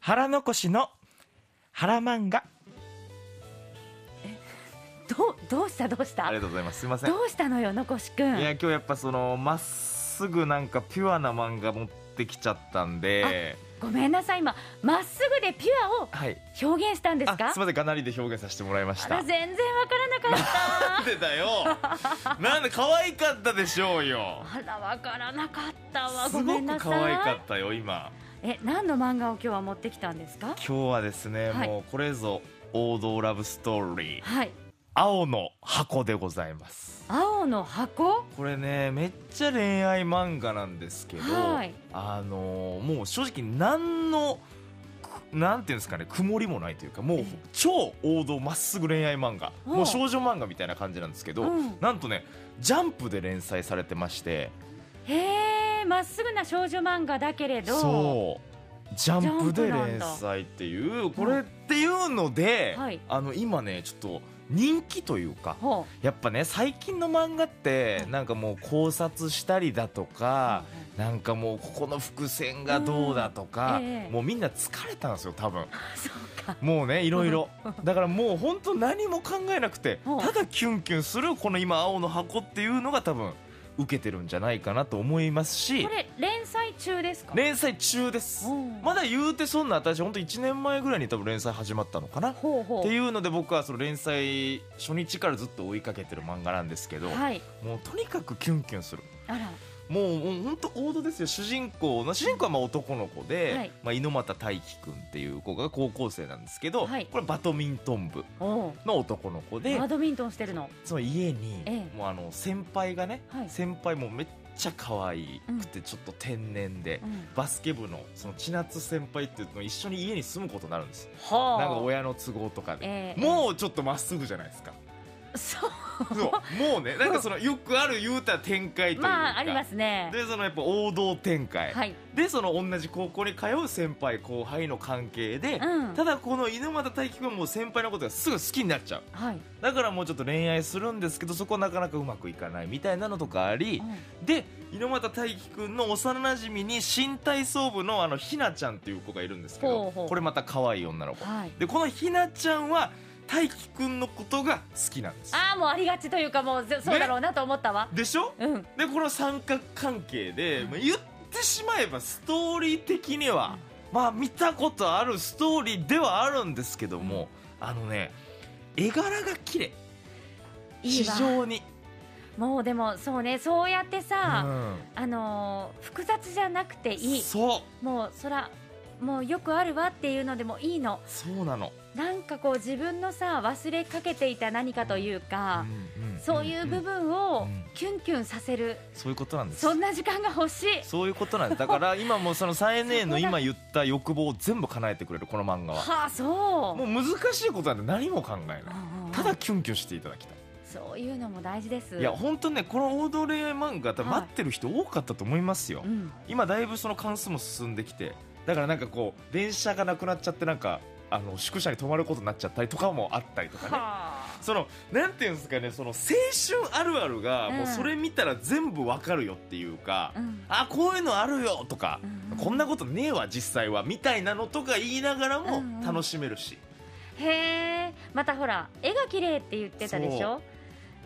腹残しの腹漫画どうどうしたどうしたありがとうございますすいませんどうしたのよ残しくんいや今日やっぱそのまっすぐなんかピュアな漫画持ってきちゃったんでごめんなさい今まっすぐでピュはいアを表現したんですかあすいませんがなりで表現させてもらいましあたら全然わからなかなっ んでだよなんで可愛かったでしょうよたあ らわからなかったわごすめごんくなさ可い愛かったよ今え何の漫画を今日は持ってきたんですか今日はですね、はいもうこれぞ王道ラブストーリーはい青の箱でございます青の箱これねめっちゃ恋愛漫画なんですけど、はいあのーもう正直何のくなんていうんですかね曇りもないというかもうええ超王道まっすぐ恋愛漫画おうもう少女漫画みたいな感じなんですけど、うんなんとねジャンプで連載されてましてへえまっすぐな少女漫画だけれどそうジャンプで連載っていうこれっていうので、はいあの今ねちょっと人気というかほやっぱね最近の漫画ってなんかもう考察したりだとか、なんかもうここの伏線がどうだとか、うんええもうみんな疲れたんですよ多分うそうかもうねいろい ろだからもう本当何も考えなくてうんただキュンキュンするこの今青の箱っていうのが多分受けてるんじゃないかなと思いますしこれ連載中ですか連載中ですうんまだ言うてそんな私本当1年前ぐらいに多分連載始まったのかなっほうほうていうので僕はその連載初日からずっと追いかけてる漫画なんですけど、はいもうとにかくキュンキュンするあらもうもう本当王道ですよ主人公の主人公はまあ男の子で、はいまあ、猪俣大輝くんっていう子が高校生なんですけど、はいこれバドミントン部おうの男の子でバドミントンしてるのその家に、ええもうあの先輩がね、はい先輩もめっちゃ可愛くてちょっと天然で、うんバスケ部のその千夏先輩っていうのと一緒に家に住むことになるんですはあなんか親の都合とかで、ええもうちょっとまっすぐじゃないですかそうそうもうねなんかそのよくある言うたら展開というか、まあありますねでそのやっぱ王道展開、はいでその同じ高校に通う先輩後輩の関係で、うんただこの猪俣大輝君はもう先輩のことがすぐ好きになっちゃうはいだからもうちょっと恋愛するんですけどそこはなかなかうまくいかないみたいなのとかあり、で猪俣大輝くんの幼なじみに新体操部のあのひなちゃんっていう子がいるんですけどほうほうこれまた可愛い女の子はいでこのひなちゃんは大輝くんのことが好きなんですああもうありがちというかもうぜそうだろうなと思ったわ、でしょうんでこの三角関係で、うんまあ、言ってしまえばストーリー的には、まあ見たことあるストーリーではあるんですけども、あのね絵柄が綺麗いい非常わにもうでもそうねそうやってさ、うあのー複雑じゃなくてんいいそうもうそらもうよくあるわっていうのでもいいのそうなの、なんかこう自分のさ忘れかけていた何かというか、そういう部分分をうんキュンキュンさせる、そういうことなんですそんな時間が欲しいそういうことなんですだ から今もうその 3NA のそこ今だ言った欲望を全部叶えてくれるこの漫画ははあそうもう難しいことなんて何も考えないうんうんうんただキュンキュンしていただきたいそういうのも大事ですいや本当にねこの王道恋愛漫画多分はい待ってる人多かったと思いますようん今だいぶその関数も進んできてだからなんかこう電車がなくなっちゃってなんかあの宿舎に泊まることになっちゃったりとかもあったりとかねはあそのなんていうんですかねその青春あるあるがうんもうそれ見たら全部わかるよっていうか、うんあこういうのあるよとか、うんこんなことねえわ実際はみたいなのとか言いながらもうんうん楽しめるし、へえまたほら絵が綺麗って言ってたでしょ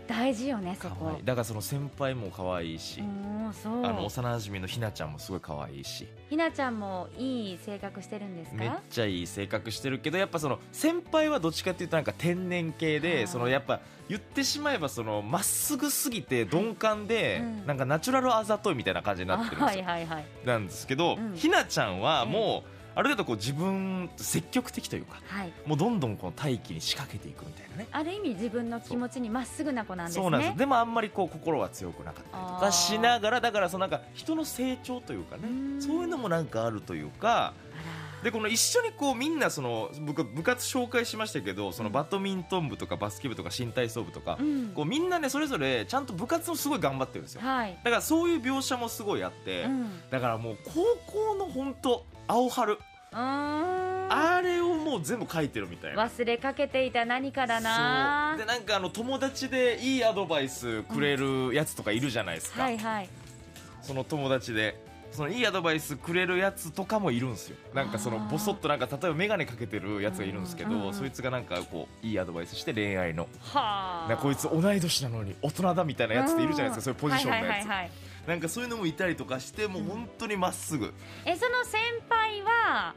大事よねそ可愛こいだからその先輩も可愛いし、うんそうあの幼馴染のひなちゃんもすごい可愛いしひなちゃんもいい性格してるんですめっかちゃいい性格してるけどやっぱその先輩はどっちかっていうとなんか天然系はでいそのやっぱ言ってしまえばそのまっすぐすぎて鈍感でうんなんかナチュラルあざといみたいな感じになってるんではすいよはいはいなんですけど、うんひなちゃんはもうある程度こう自分積極的というかはいもうどんどんこの大気に仕掛けていくみたいなねある意味自分の気持ちにまっすぐな子なんですねそうなんですでもあんまりこう心は強くなかったりとあーかしながらだからそのなんか人の成長というかうねんそういうのもなんかあるというかあでこの一緒にこうみんなその僕部活紹介しましたけどそのうんバドミントン部とかバスケ部とか新体操部とからうんこうみんなねそれぞれちゃんと部活もすごい頑張ってるんですよはいだからそういう描写もすごいあってうんうだからもう高校の本当青春ーんあれをもう全部書いてるみたいな。忘れかけていた何かだなそうでなんかあの友達でいいアドバイスくれるやつとかいるじゃないですか、はいはいその友達でそのいいアドバイスくれるやつとかもいるんですよなんかそのあーボソッとなんか例えば眼鏡かけてるやつがいるんですけど、うんうんそいつがなんかこういいアドバイスして恋愛のはあなんかこいつ同い年なのに大人だみたいなやつっているじゃないですかそういうポジションのやつ、はいはいはいはいなんかそういうのもいたりとかしてもう本当にまっすぐ、えその先輩は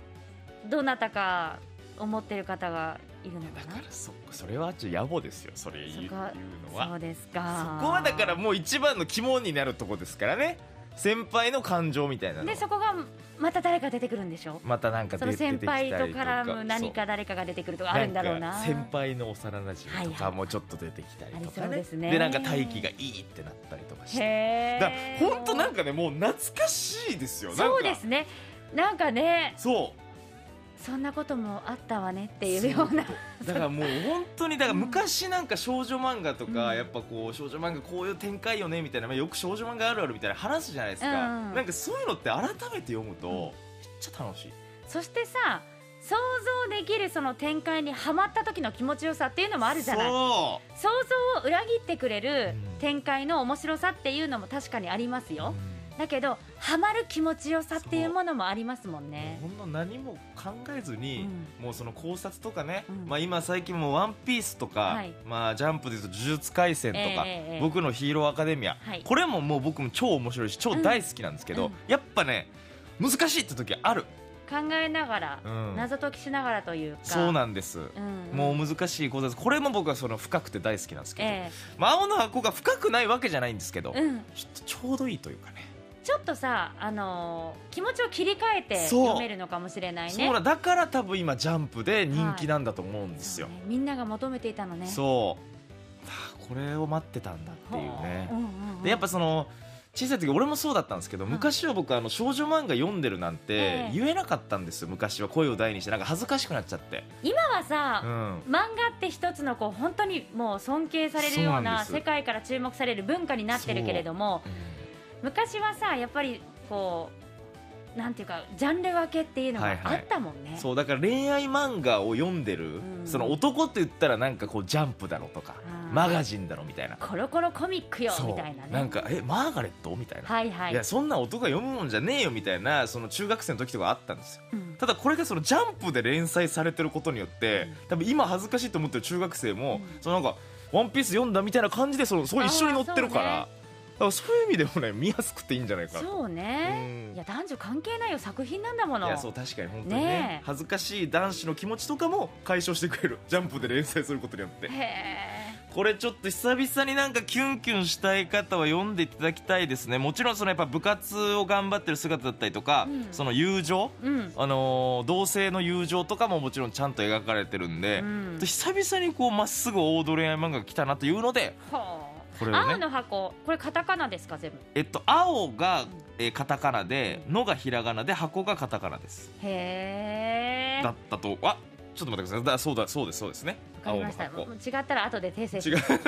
どなたか思ってる方がいるのだかからなそそれはちょっと野暮ですよそれ言うそこは言うのそはうですそかこはだからもう一番の肝になるとこですからね先輩の感情みたいなのでそこがまた誰か出てくるんでしょまたなんかそ出のて出てき先た輩りととか絡む何か誰かが出てくるとかあるんだろうなか先輩の幼馴染とはいはかいもちょっと出てきたりとありそかうねですねなんか大気がいいってなったりとかしてへだえ本当なんかねもう懐かしいですよなんかそうですねなんかねそうそんなこともあったわねっていうようなだからもう本当にだからうん昔なんか少女漫画とか、うんやっぱこう少女漫画こういう展開よねみたいな、まあ、よく少女漫画あるあるみたいな話すじゃないですか、うんうんなんかそういうのって改めて読むと、めっちゃ楽しいそしてさ想像できるその展開にはまった時の気持ちよさっていうのもあるじゃないそ想像を裏切ってくれるうん展開の面白さっていうのも確かにありますうよ、うんだけどハマる気持ちよさっていうものもありますもんねほんの何も考えずに、もうその考察とかね、うんまあ、今最近も「ワンピースとか、はいまあ、ジャンプでいうと「呪術廻戦」とええか、ええ僕の「ヒーローアカデミア」はいこれももう僕も超面白いし超大好きなんですけど、うんやっぱね難しいって時ある、考えながら、うん謎解きしながらというかそうなんです、うんもう難しい考察これも僕はその深くて大好きなんですけど、えまあ、青の箱が深くないわけじゃないんですけど、えうん、ちょっとちょうどいいというかねちょっとさ、あのー気持ちを切り替えてそう読めるのかもしれないねそうだだから多分今ジャンプで人気なんだと思うんですよ、そうねみんなが求めていたのねそうはあこれを待ってたんだっていうねほう、うんうんうんでやっぱその小さい時俺もそうだったんですけどん昔は僕あの少女漫画読んでるなんてええ言えなかったんですよ昔は声を大にしてなんか恥ずかしくなっちゃって、今はさ、うん、漫画って一つのこう本当にもう尊敬されるようそうなんなです世界から注目される文化になってるけれども昔はさやっぱりこうなんていうかジャンル分けっていうのはいはがあいったもんね、そうだから恋愛漫画を読んでる、うんその男って言ったらなんかこうジャンプだろとかあーマガジンだろみたいなコロコロコミックよそうみたいなねなんかえマーガレットみたいな、はいはいいやそんな男が読むもんじゃねえよみたいなその中学生の時とかあったんですようんただこれがそのジャンプで連載されてることによって、多分今恥ずかしいと思ってる中学生も、うそのなんか「ワンピース読んだみたいな感じでそのそう一緒に載ってるからあだからそういう意味でもね見やすくていいんじゃないかなそうね、うんいや男女関係ないよ作品なんだもいのやそう確かに本当にねねえ恥ずかしい男子の気持ちとかも解消してくれる ジャンプで連載することによってへえこれちょっと久々になんかキュンキュンしたい方は読んでいただきたいですねもちろんそのやっぱ部活を頑張ってる姿だったりとか、うんその友情うん、あのー同性の友情とかももちろんちゃんと描かれてるんで、うん久々にこうまっすぐ王道恋愛漫画が来たなというので、ほうこれをね青の箱これカタカナですか全部えっと、青が、えーカタカナで「の」がひらがなで「箱」がカタカナですへえだったとあちょっと待ってくださいだそうだそうですそうですねわか青りのました箱もう違ったら後で訂正し違う後で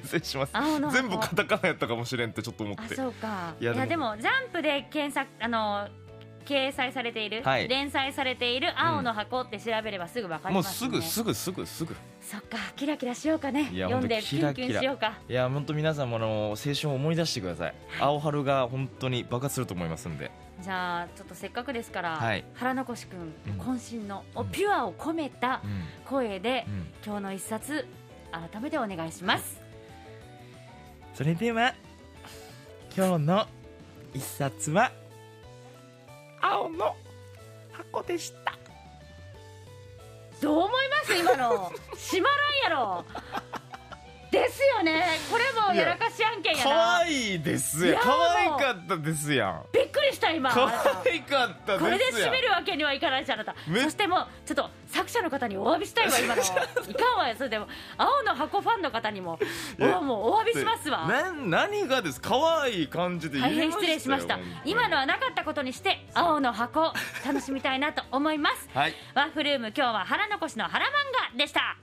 訂正します青の箱全部カタカナやったかもしれんってちょっと思っあてそうかいいややでもでもジャンプで検索あの掲載されている、はい連載されている青の箱って調べればすぐわかりもまうす、すねぐすぐすぐすぐそっかキラキラしようかねいや読んでほんとキキラュンキキラュンしようかいや本当皆さんもあのー青春を思い出してください青春が本当に爆発すると思いますんでじゃあちょっとせっかくですから、はい原残し君うん渾身の、うんピュアを込めたうん声で、うん今日の一冊改めてお願いします、それでは今日の一冊は青の箱でしたどう思います今のしまらんやろですよねこれもやらかし案件や可な愛いですいやー可愛かったですやんびっくりした今あなた可愛かったこれでですや締んめるわけにはいかないじゃんあなためそしてもうちょっと作者の方にお詫びしたいわ 今のいかんわよそれでも青の箱ファンの方にもいやおもうお詫びしますわな何がです可愛い感じで言大い変ましたよ失礼しました本当に今のはなかったことにして青の箱を楽しみたいなと思いますはいワッフルーム今日は腹残しの腹漫画でした